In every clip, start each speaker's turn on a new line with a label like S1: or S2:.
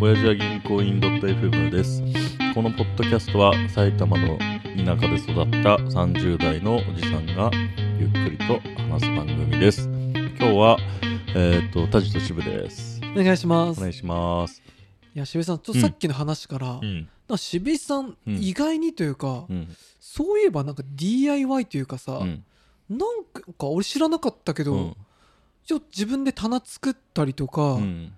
S1: 親父は銀行員 .fm ですこのポッドキャストは埼玉の田舎で育った30代のおじさんがゆっくりと話す番組です今日はえっ、と田地と渋です
S2: お願いしま
S1: お
S2: す。
S1: 願い
S2: い
S1: します
S2: や、渋井さん、ちょっ
S1: うん
S2: とさっきの話から、なん
S1: ん
S2: か渋井さん、
S1: うん
S2: 意外にというか、
S1: うん
S2: そういえばなんか DIY というかさ、
S1: うん
S2: なんか俺知らなかったけ
S1: う
S2: ど、
S1: ん
S2: ちょっと自分で棚作ったりとか、
S1: うん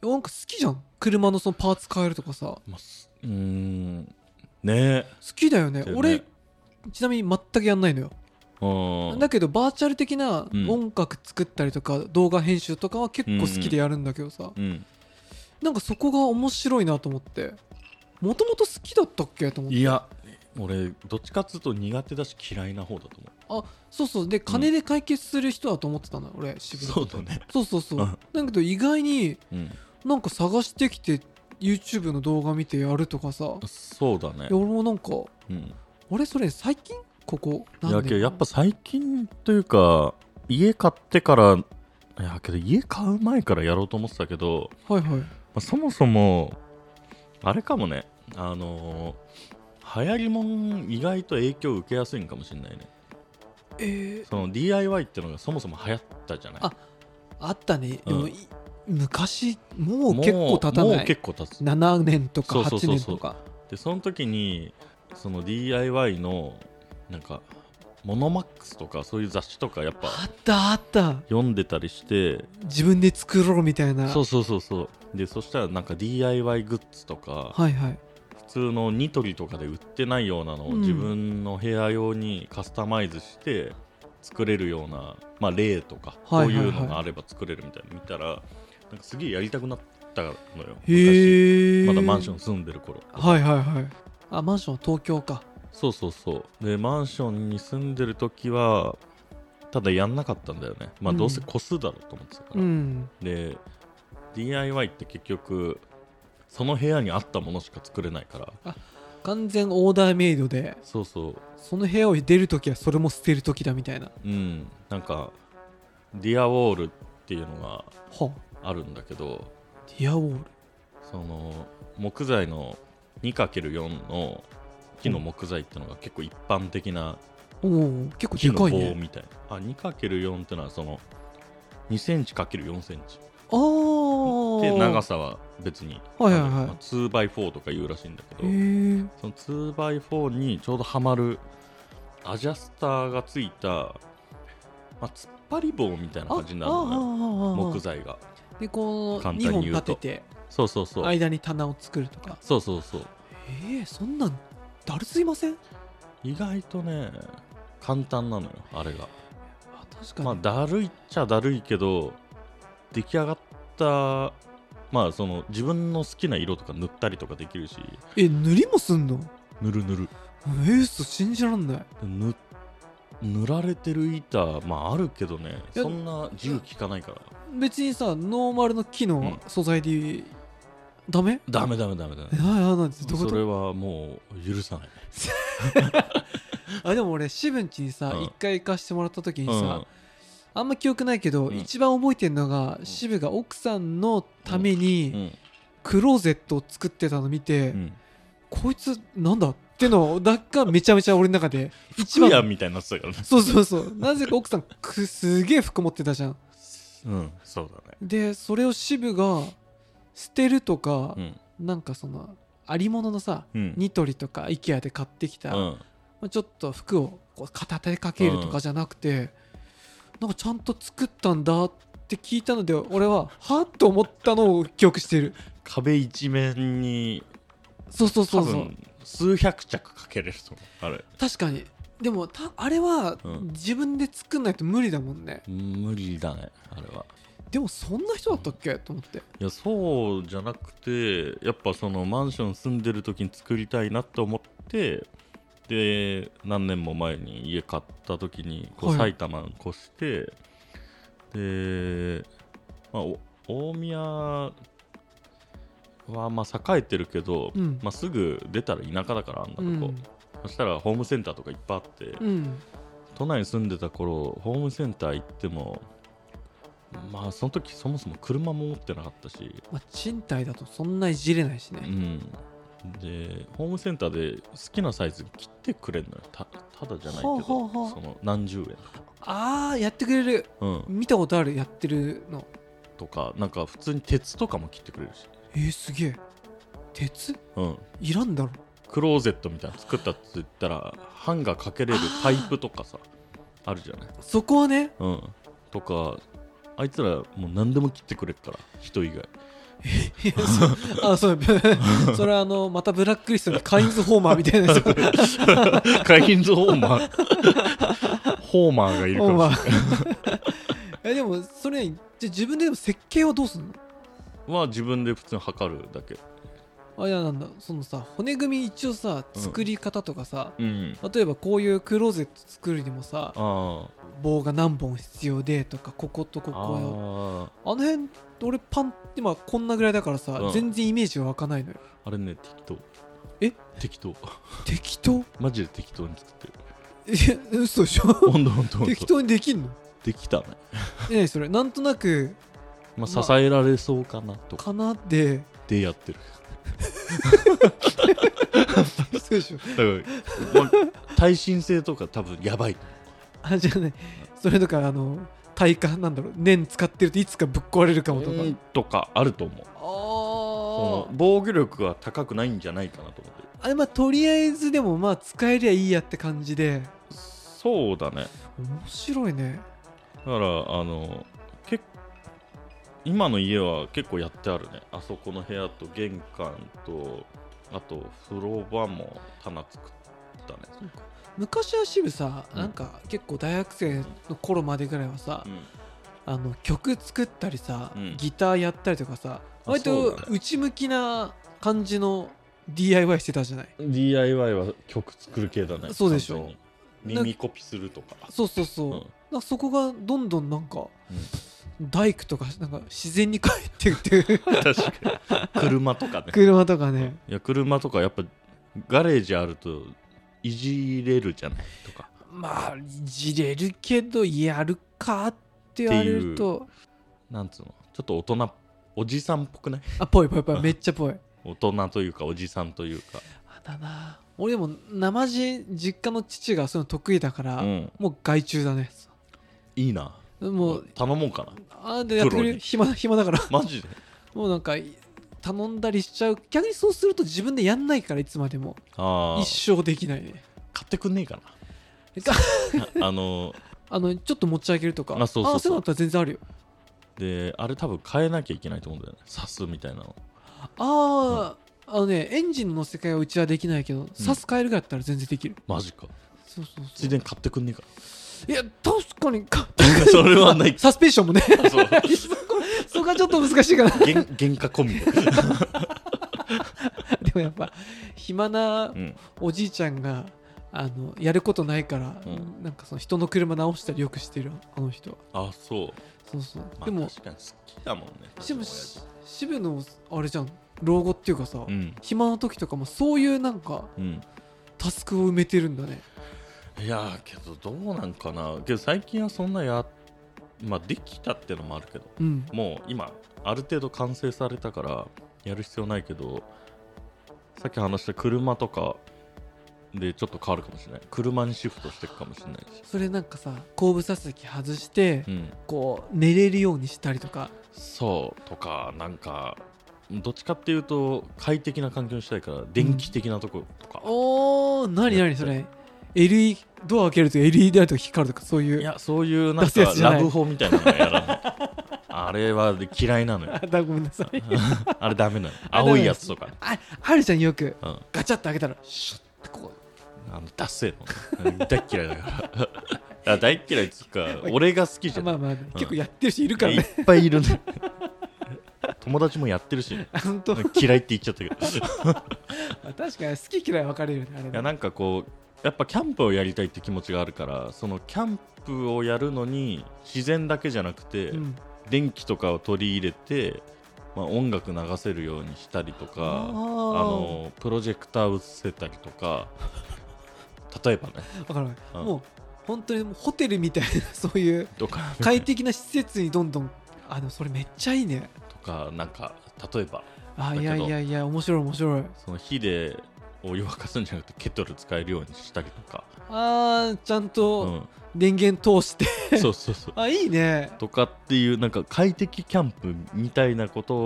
S2: なんか好きじゃん。車のそのパーツ変えるとかさ、好
S1: まあすうーんねえ
S2: きだよね。
S1: だよね
S2: 俺、ちなみに全くやんないのよ。
S1: うん
S2: だけど、バーチャル的な
S1: うん
S2: 音楽作ったりとか、動画編集とかは結構好きでやるんだけどさ、
S1: うん
S2: なんかそこが面白いなと思って。もともと好きだったっけと思って
S1: いや俺どっちかっつうと苦手だし嫌いな方だと思う
S2: そうそうで金で解決する人だと思ってたのよ、俺渋谷
S1: そうだね
S2: そうそうそう
S1: うん
S2: だけど意外に
S1: うん
S2: なんか探してきて YouTube の動画見てやるとかさい
S1: そうだね
S2: や俺もなんか
S1: うん
S2: あれそれ最近ここ
S1: いやけどやっぱ
S2: さ
S1: 最近というか家買ってからいやけど家買う前からやろうと思ってたけど、
S2: はいはい
S1: まあそもそもあれかもねあのー流行りもん意外と影響受けやすいんかもしれないね
S2: えー、
S1: その DIY ってのがそもそも流行ったじゃない
S2: ああったねでも、
S1: うん
S2: い昔もう結構経た
S1: もう
S2: な
S1: もう
S2: い
S1: 結構経つ
S2: 7年とか
S1: そうそう
S2: 8
S1: そう
S2: 年
S1: そう
S2: とか
S1: でその時にその DIY のなんかモノマックスとかそういう雑誌とかやっぱ
S2: あったあった
S1: 読んでたりして
S2: 自分で作ろうみたいな
S1: そうそうそうそうでそしたらなんか DIY グッズとか
S2: はいはい
S1: 普通のニトリとかで売ってないようなのを
S2: うん
S1: 自分の部屋用にカスタマイズして作れるような、まあ、例とかこ
S2: はいうは
S1: い
S2: いはいう
S1: のがあれば作れるみたいなの見たらなんかすげえやりたくなったのよ昔
S2: へえ
S1: まだマンション住んでる頃
S2: はいはいはいあマンションは東京か
S1: そうそうそうでマンションに住んでる時はただやんなかったんだよねまあ
S2: うん
S1: どうせ個数だろうと思ってたから、
S2: うん
S1: で DIY って結局その部屋にあったものしか作れないから
S2: 完全オーダーメイドで
S1: そうそう
S2: その部屋を出るときはそれも捨てるときだみたいな
S1: うんなんかディアウォールっていうのが
S2: 本
S1: あるんだけど
S2: ディアウォール
S1: その木材の 2×4 の木の木材っていうのが結構一般的な
S2: おお結構
S1: 木
S2: で
S1: の棒
S2: かいね
S1: みたいな、あ 2×4 ってのはその2センチ ×4 センチ
S2: ああ
S1: で長さは別に、
S2: はいはいは
S1: あ
S2: い
S1: のまあ 2x4 とか言うらしいんだけど、
S2: へえ
S1: その 2x4 にちょうどはまるアジャスターがついた、まあ、突っ張り棒みたいな感じになるのよ木
S2: 木
S1: 材が
S2: でこう
S1: 簡単に
S2: 2本
S1: 言う
S2: 立
S1: と
S2: てて
S1: そうそうそう
S2: 間に棚を作るとか
S1: そうそうそう
S2: ええそんなんだるすぎません
S1: 意外とね簡単なのよあれが
S2: あ確
S1: ま
S2: か
S1: あ
S2: に
S1: だるいっちゃだるいけど出来上がったまあその自分の好きな色とか塗ったりとかできるし
S2: え塗りもすんの
S1: 塗る塗る
S2: えーそう信じらんない
S1: 塗塗られてる板まああるけどね
S2: いや
S1: そんな自由聞かないから
S2: 別にさノーマルの木の素材で、ダメ
S1: ダメダメダメダメ
S2: えなななんてどうい
S1: そ
S2: うこ
S1: れ
S2: と
S1: はもう許さない、
S2: あでも俺シブンチにさ
S1: うん
S2: 一、回行かしてもらった時に
S1: う
S2: さ、
S1: ん、
S2: あんま記憶ないけど、
S1: うん
S2: 一番覚えてるのが、シブが奥さんのため
S1: う
S2: に
S1: ん
S2: クローゼットを作ってたの見て、
S1: うん、
S2: こいつなんだってのだがめちゃめちゃ俺の 中で一
S1: 一夜
S2: 番
S1: みたいになってたからね
S2: そうそうそうなぜか奥さんくすげえ服持ってたじゃん
S1: うんそうだね
S2: でそれをシブが捨てるとか
S1: う、ん
S2: なんかそのありもののさ
S1: うん
S2: ニトリとか IKEA で買ってきた、
S1: うん
S2: まあちょっと服をこう片手でかけるとかじゃなくて、なんかちゃんと作ったんだって聞いたので俺ははっと思ったのを記憶してる
S1: 壁一面に
S2: そうそうそ
S1: 多
S2: うそう
S1: 分数百着かけれると思うあれ
S2: 確かにでもたあれは
S1: うん
S2: 自分で作んないと無理だもんね、
S1: 無理だねあれは
S2: でもそんな人だったっけと思って
S1: いやそうじゃなくてやっぱそのマンション住んでる時に作りたいなと思ってで何年も前に家買った時にこう
S2: はい
S1: 埼玉に越して、で、まあ、お大宮はまあ栄えてるけど、
S2: うん
S1: まあ、すぐ出たら田舎だからあんなとこ、
S2: うん
S1: そしたらホームセンターとかいっぱいあって、
S2: うん
S1: 都内に住んでた頃ホームセンター行ってもまあその時そもそも車も持ってなかったし、
S2: まあ、賃貸だとそんないじれないし
S1: う
S2: ね、
S1: ん、でホームセンターで好きなサイズ切ってくれるのよたただじゃないけど
S2: ほうほうほう
S1: その何十円とか,、
S2: ああやってくれる
S1: うん、
S2: 見たことあるやってるの
S1: とかなんか普通に鉄とかも切ってくれるし、
S2: えー、すげえ鉄
S1: うん、
S2: いらんだろ
S1: クローゼットみたいなの作ったって言ったらハンガーかけれるパイプとかさあるじゃない、
S2: そこはね
S1: うん、とかあいつらもう何でも切ってくれるから人 以外
S2: いやそ あそうそれはあのまたブラックリストにカインズ・ホーマーみたい なやつ
S1: カインズホーマ ーホーマーがいるか
S2: ホー
S1: もしれな
S2: マ
S1: い
S2: ーえでもそれじゃあ自分ででも設計はどうすんの
S1: は自分で普通に測るだけ
S2: あいやなんだそのさ骨組み一応さ
S1: うん
S2: 作り方とかさ、
S1: うん
S2: 例えばこういうクローゼット作るにもさ
S1: あ
S2: 棒が何本必要でとかこことこ
S1: あ
S2: こを
S1: ああ
S2: あの辺俺パン今こんなぐらいだからさ、
S1: うん
S2: 全然イメージが湧かないのよ
S1: あれね適当
S2: え
S1: 適当
S2: 適当
S1: マジで適当に作ってる
S2: え嘘でしょ
S1: 本当本当本当
S2: 適当にで きんの
S1: できたね
S2: え何それなんとなく
S1: まあ
S2: あ
S1: 支えられそうかなとか
S2: かなって
S1: でやってる
S2: 嘘でしょ
S1: だから、 まあ、耐震性とか多分やばい
S2: あじゃあねそれとかあの体感なんだろう年使ってるといつかぶっ壊れるかもとか、
S1: うんとかあると思うその
S2: あ
S1: 防御力が高くないんじゃないかなと思って
S2: ああれまあとりあえずでもまあ使えりゃいいやって感じで
S1: そうだね
S2: 面白いね
S1: だからあの結今の家は結構やってあるねあそこの部屋と玄関とあと風呂場も棚作ったね、
S2: 昔は渋さ
S1: うん
S2: なんか結構大学生の頃までぐらいはさ、あの曲作ったりさ、
S1: うん
S2: ギターやったりとかさ
S1: あ
S2: 割
S1: そう
S2: と
S1: だね
S2: 内向きな感じの DIY してたじゃない
S1: DIY は曲作る系だね
S2: そうでしょ
S1: 完全に耳コピするとか
S2: そうそうそう、
S1: うん
S2: なんかそこがどんどんなんか、大工とかなんか自然に帰ってくっていう
S1: 確かに車と かね
S2: 車とかね
S1: いや車とかやっぱガレージあるといじれるじゃないとか
S2: まあいじれるけどやるかって言われると
S1: なんつうのちょっと大人おじさんっぽくない
S2: あぽいぽいぽいめっちゃぽい
S1: 大人というかおじさんというか
S2: あだな俺でも生地実家の父がそういうの得意だから、
S1: うん
S2: もう害虫だね
S1: いいな
S2: もう
S1: 頼もうかな
S2: あーでやって
S1: プ
S2: く
S1: ロ
S2: れ
S1: に
S2: る暇だ暇だから
S1: マジで
S2: もうなんか頼んだりしちゃう逆にそうすると自分でやんないからいつまでも
S1: ああ
S2: 一生できないね
S1: 買ってくんねえ か
S2: か
S1: な あの
S2: あのちょっと持ち上げるとか
S1: あそうそうそう
S2: あそういうのだったら全然あるよ
S1: であれ多分変えなきゃいけないと思うんだよね刺すみたいなの
S2: ああ、あのねエンジンの世界はうちはできないけどサス変えるぐらいだったら全然できる、
S1: マジか
S2: そうそう
S1: つい
S2: そ
S1: でに買ってくんねえか
S2: ういや確かにか
S1: それはない
S2: サスペンションもね
S1: なそう
S2: そこがちょっと難しいかな で
S1: 原原価込みで、
S2: もやっぱ暇な
S1: うん、
S2: おじいちゃんがあのやることないから、
S1: うん
S2: なんかその人の車直したりよくしてるあの人
S1: あそう、
S2: そうそう、
S1: まあ、
S2: でも
S1: 確かに好きだもんね
S2: でも
S1: 確かに親父
S2: 渋のあれじゃん老後っていうかさ、
S1: うん
S2: 暇の時とかもそういうなんか
S1: うん
S2: タスクを埋めてるんだね
S1: いやーけどどうなんかなけど最近はそんなやまあできたってのもあるけど
S2: うん
S1: もう今ある程度完成されたからやる必要ないけどさっき話した車とかでちょっと変わるかもしれない車にシフトしていくかもしれないし
S2: それなんかさ後部座席外して、
S1: うん
S2: こう寝れるようにしたりとか
S1: そうとかなんかどっちかっていうと快適な環境にしたいから電気的なとことか、
S2: おー何何それ LED ドア開けると LED ライトが光るとかそういう
S1: いやそういうなん
S2: 出すや
S1: か
S2: つじゃな
S1: ラ
S2: い
S1: ブホみたいなのは やらないあれは嫌いなのよ
S2: あだごめんなさい
S1: あれダメなの青いやつとか
S2: ああるじゃんよく
S1: うん
S2: ガチャッと開けたらシュッてこう
S1: あのダッセーの大っ嫌いだ からあ大っ嫌いっつうか俺が好きじゃん、
S2: まあまあ、ね結構やってる人いるからね、
S1: いっぱいいるね友達もやってるし
S2: 本当
S1: 嫌いって言っちゃったけど
S2: 確かに好き嫌い分かれるよねあれね
S1: いやなんかこうやっぱキャンプをやりたいって気持ちがあるからそのキャンプをやるのに自然だけじゃなくて、
S2: うん
S1: 電気とかを取り入れて、まあ、音楽流せるようにしたりとか
S2: あー
S1: あのプロジェクターを映せたりとか 例えばね
S2: わからない、
S1: うん
S2: もう本当にもうホテルみたいな そういう
S1: とか
S2: 快適な施設にどんどんあのそれめっちゃいいね
S1: とかなんか例えば
S2: あ
S1: だけど
S2: いやいやいや面白い面白い
S1: その火でお湯沸かすんじゃなくてケトル使えるようにしたりとか、
S2: あーちゃん
S1: う
S2: と
S1: ん、
S2: 電源通して
S1: そうそうそう
S2: あいいね
S1: とかっていうなんか快適キャンプみたいなこと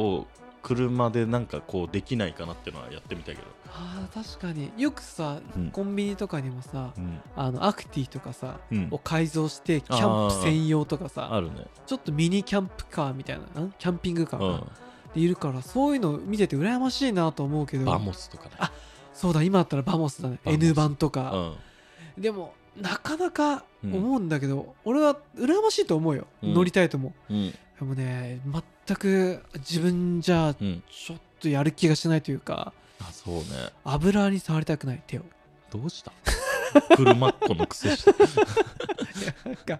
S1: を車でなんかこうできないかなってのはやってみたいけど、
S2: あー確かによくさ
S1: うん
S2: コンビニとかにもさ
S1: うん
S2: あのアクティとかさ
S1: うん
S2: を改造してキャンプ専用とかさ
S1: あるね、
S2: ちょっとミニキャンプカーみたいなんキャンピングカ
S1: う
S2: ー
S1: ん
S2: か、でいるからそういうの見てて羨ましいなと思うけ
S1: バ
S2: ど
S1: モスとかね
S2: あそうだ今だったらバモスだね
S1: バモス
S2: N 版と
S1: う
S2: か
S1: ん
S2: でもなかなか
S1: うん
S2: 思うんだけど俺は羨ましいと思うよ
S1: うん
S2: 乗りたいと思う
S1: うん
S2: でもね全く自分じゃ
S1: うん
S2: ちょっとやる気がしないというか
S1: あそうね
S2: 油に触りたくない手を
S1: どうした 車っ子のくせして
S2: なんか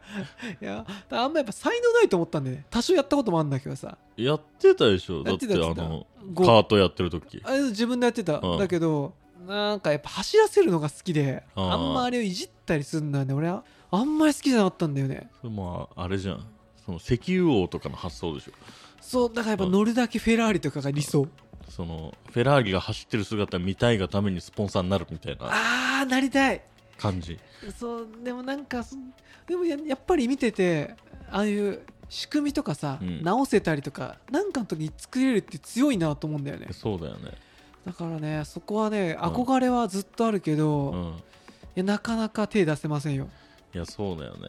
S2: いやあんまやっぱ才能ないと思ったんでね多少やったこともあるんだけどさ
S1: やってたでしょだ
S2: や
S1: っ
S2: って
S1: て
S2: た
S1: あ
S2: やってた
S1: のカ
S2: ご
S1: ートやってる時
S2: あれ自分でやってた、
S1: うん
S2: だけどなんかやっぱ走らせるのが好きで
S1: あ
S2: あ
S1: ー
S2: んまあれをいじったりするんだね俺はあんまり好きじゃなかったんだよね
S1: それまああれじゃんその石油王とかの発想でしょ
S2: そうだからやっぱ
S1: うん
S2: 乗るだけフェラーリとかが理想、
S1: そのフェラーリが走ってる姿見たいがためにスポンサーになるみたいな
S2: ああなりたい
S1: 感じ
S2: そうでもなんかそでもややっぱり見ててああいう仕組みとかさ、
S1: うん
S2: 直せたりとかなんかの時に作れるって強いなと思うんだよね
S1: そうだよね
S2: だからねそこはね憧れはずっとあるけど、
S1: う
S2: い
S1: ん
S2: やなかなか手出せませんよ
S1: いやそうだよね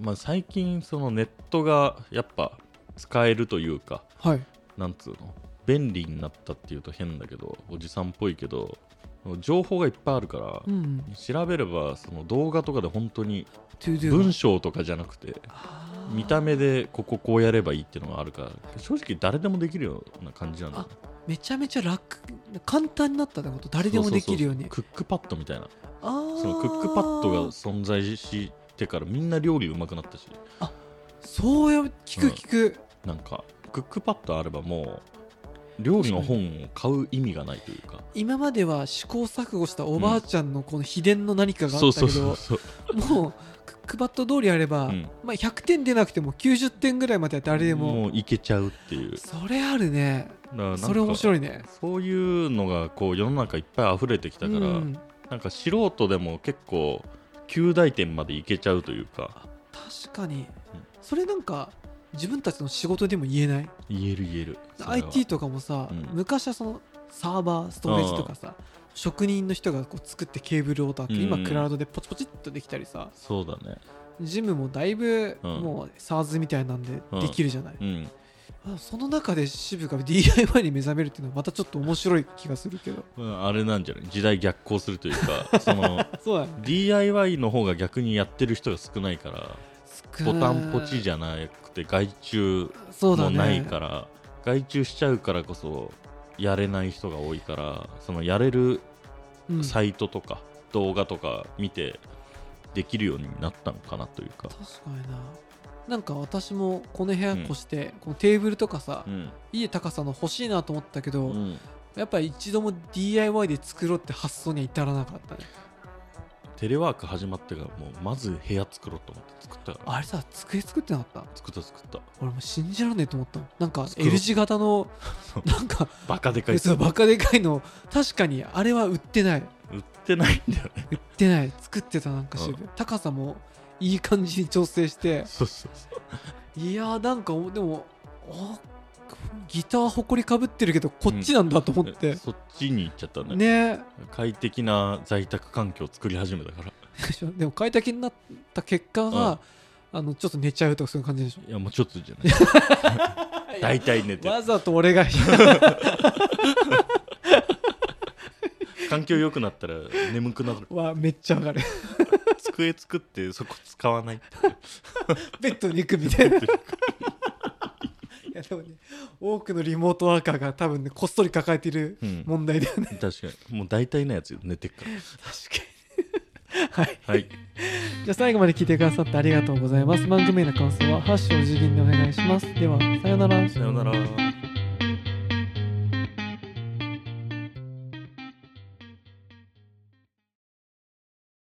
S1: まあ最近そのネットがやっぱ使えるというか
S2: はい
S1: なんつうの便利になったっていうと変だけどおじさんっぽいけど情報がいっぱいあるから、
S2: うん
S1: 調べればその動画とかで本当に
S2: to do
S1: 文章とかじゃなくて
S2: あー
S1: 見た目でこここうやればいいっていうのがあるから正直誰でもできるような感じなんだよね
S2: めちゃめちゃ楽簡単になったってこと誰でもできるように
S1: そうそうそうクックパッドみたいな
S2: あー
S1: そのクックパッドが存在してからみんな料理うまくなったし
S2: そうよ聞く聞く、
S1: なんかクックパッドあればもう料理の本を買う意味がないというか
S2: 今までは試行錯誤したおばあちゃんのこの秘伝の何かがあ
S1: そ
S2: っ
S1: う
S2: たけ
S1: そう
S2: ど、
S1: そうそう
S2: もうクックパッド通りやれば、
S1: うん
S2: まあ、100点出なくても90点ぐらいまでは誰でも
S1: もういけちゃうっていう
S2: それあるね
S1: だからなんか
S2: それ面白いね
S1: そういうのがこう世の中いっぱい溢れてきたから、
S2: うん
S1: なんか素人でも結構旧大点までいけちゃうというか
S2: 確かに、それなんか自分たちの仕事でも言えない
S1: 言える言えるそれは
S2: IT とかもさ、
S1: うん
S2: 昔はそのサーバーストレージとかさ職人の人がこう作ってケーブルを立って、
S1: う
S2: 今
S1: ん
S2: クラウドでポチポチっとできたりさ
S1: そうだね
S2: ジムもだいぶ
S1: うん
S2: もう SARS みたいなんで
S1: うん
S2: できるじゃない、
S1: うん
S2: あその中で支部が DIY に目覚めるっていうのはまたちょっと面白い気がするけど
S1: まああれなんじゃない時代逆行するというか その
S2: そうだね
S1: DIY の方が逆にやってる人が少ないからボタンポチじ
S2: ゃ
S1: ゃなくて外注
S2: そうだ
S1: も
S2: ね
S1: ないから、外注しちゃうからこそやれない人が多いからそのやれる
S2: うん
S1: サイトとか動画とか見てできるようになったのかなというか、
S2: 確かにななんか私もこの部屋越して、このテーブルとかさ、
S1: うん
S2: いい高さの欲しいなと思ったけど、
S1: うん
S2: やっぱり一度も DIY で作ろうって発想には至らなかったね
S1: テレワーク始まってからもうまず部屋作ろうと思って作ったから
S2: あれさ机作ってなかった
S1: 作った作った
S2: 俺もう信じられねえと思ったもんなんか
S1: 作ろう
S2: L 字型のなんか
S1: バカでかい
S2: そうバカでかいの確かにあれは売ってない
S1: 売ってないんだよね
S2: 売ってない作ってたなんか渋い、高さもいい感じに調整して
S1: そうそうそう
S2: いやーなんかでもあギターほこりかぶってるけどこっちなんだと思って、
S1: そっちに行っちゃったね
S2: ね
S1: 快適な在宅環境を作り始めたから
S2: えでも買いた気になった結果が、あのちょっと寝ちゃうとかそういう感じでしょ
S1: いやもうちょっとじゃない 大体寝てる
S2: わざと俺が
S1: 環境良くなったら眠くなる
S2: わめっちゃ上がる
S1: 机作ってそこ使わない
S2: ベッドに行くみ たいないやでもね多くのリモートワーカーが多分ねこっそり抱えている
S1: うん
S2: 問題だよね
S1: 確かにもう大体のやつよ寝てっから
S2: 確かに
S1: は
S2: はい
S1: い
S2: じゃあ最後まで聞いてくださってありがとうございます番組への感想は「ハッシュお辞儀」でお願いしますではさようなら
S1: さようなら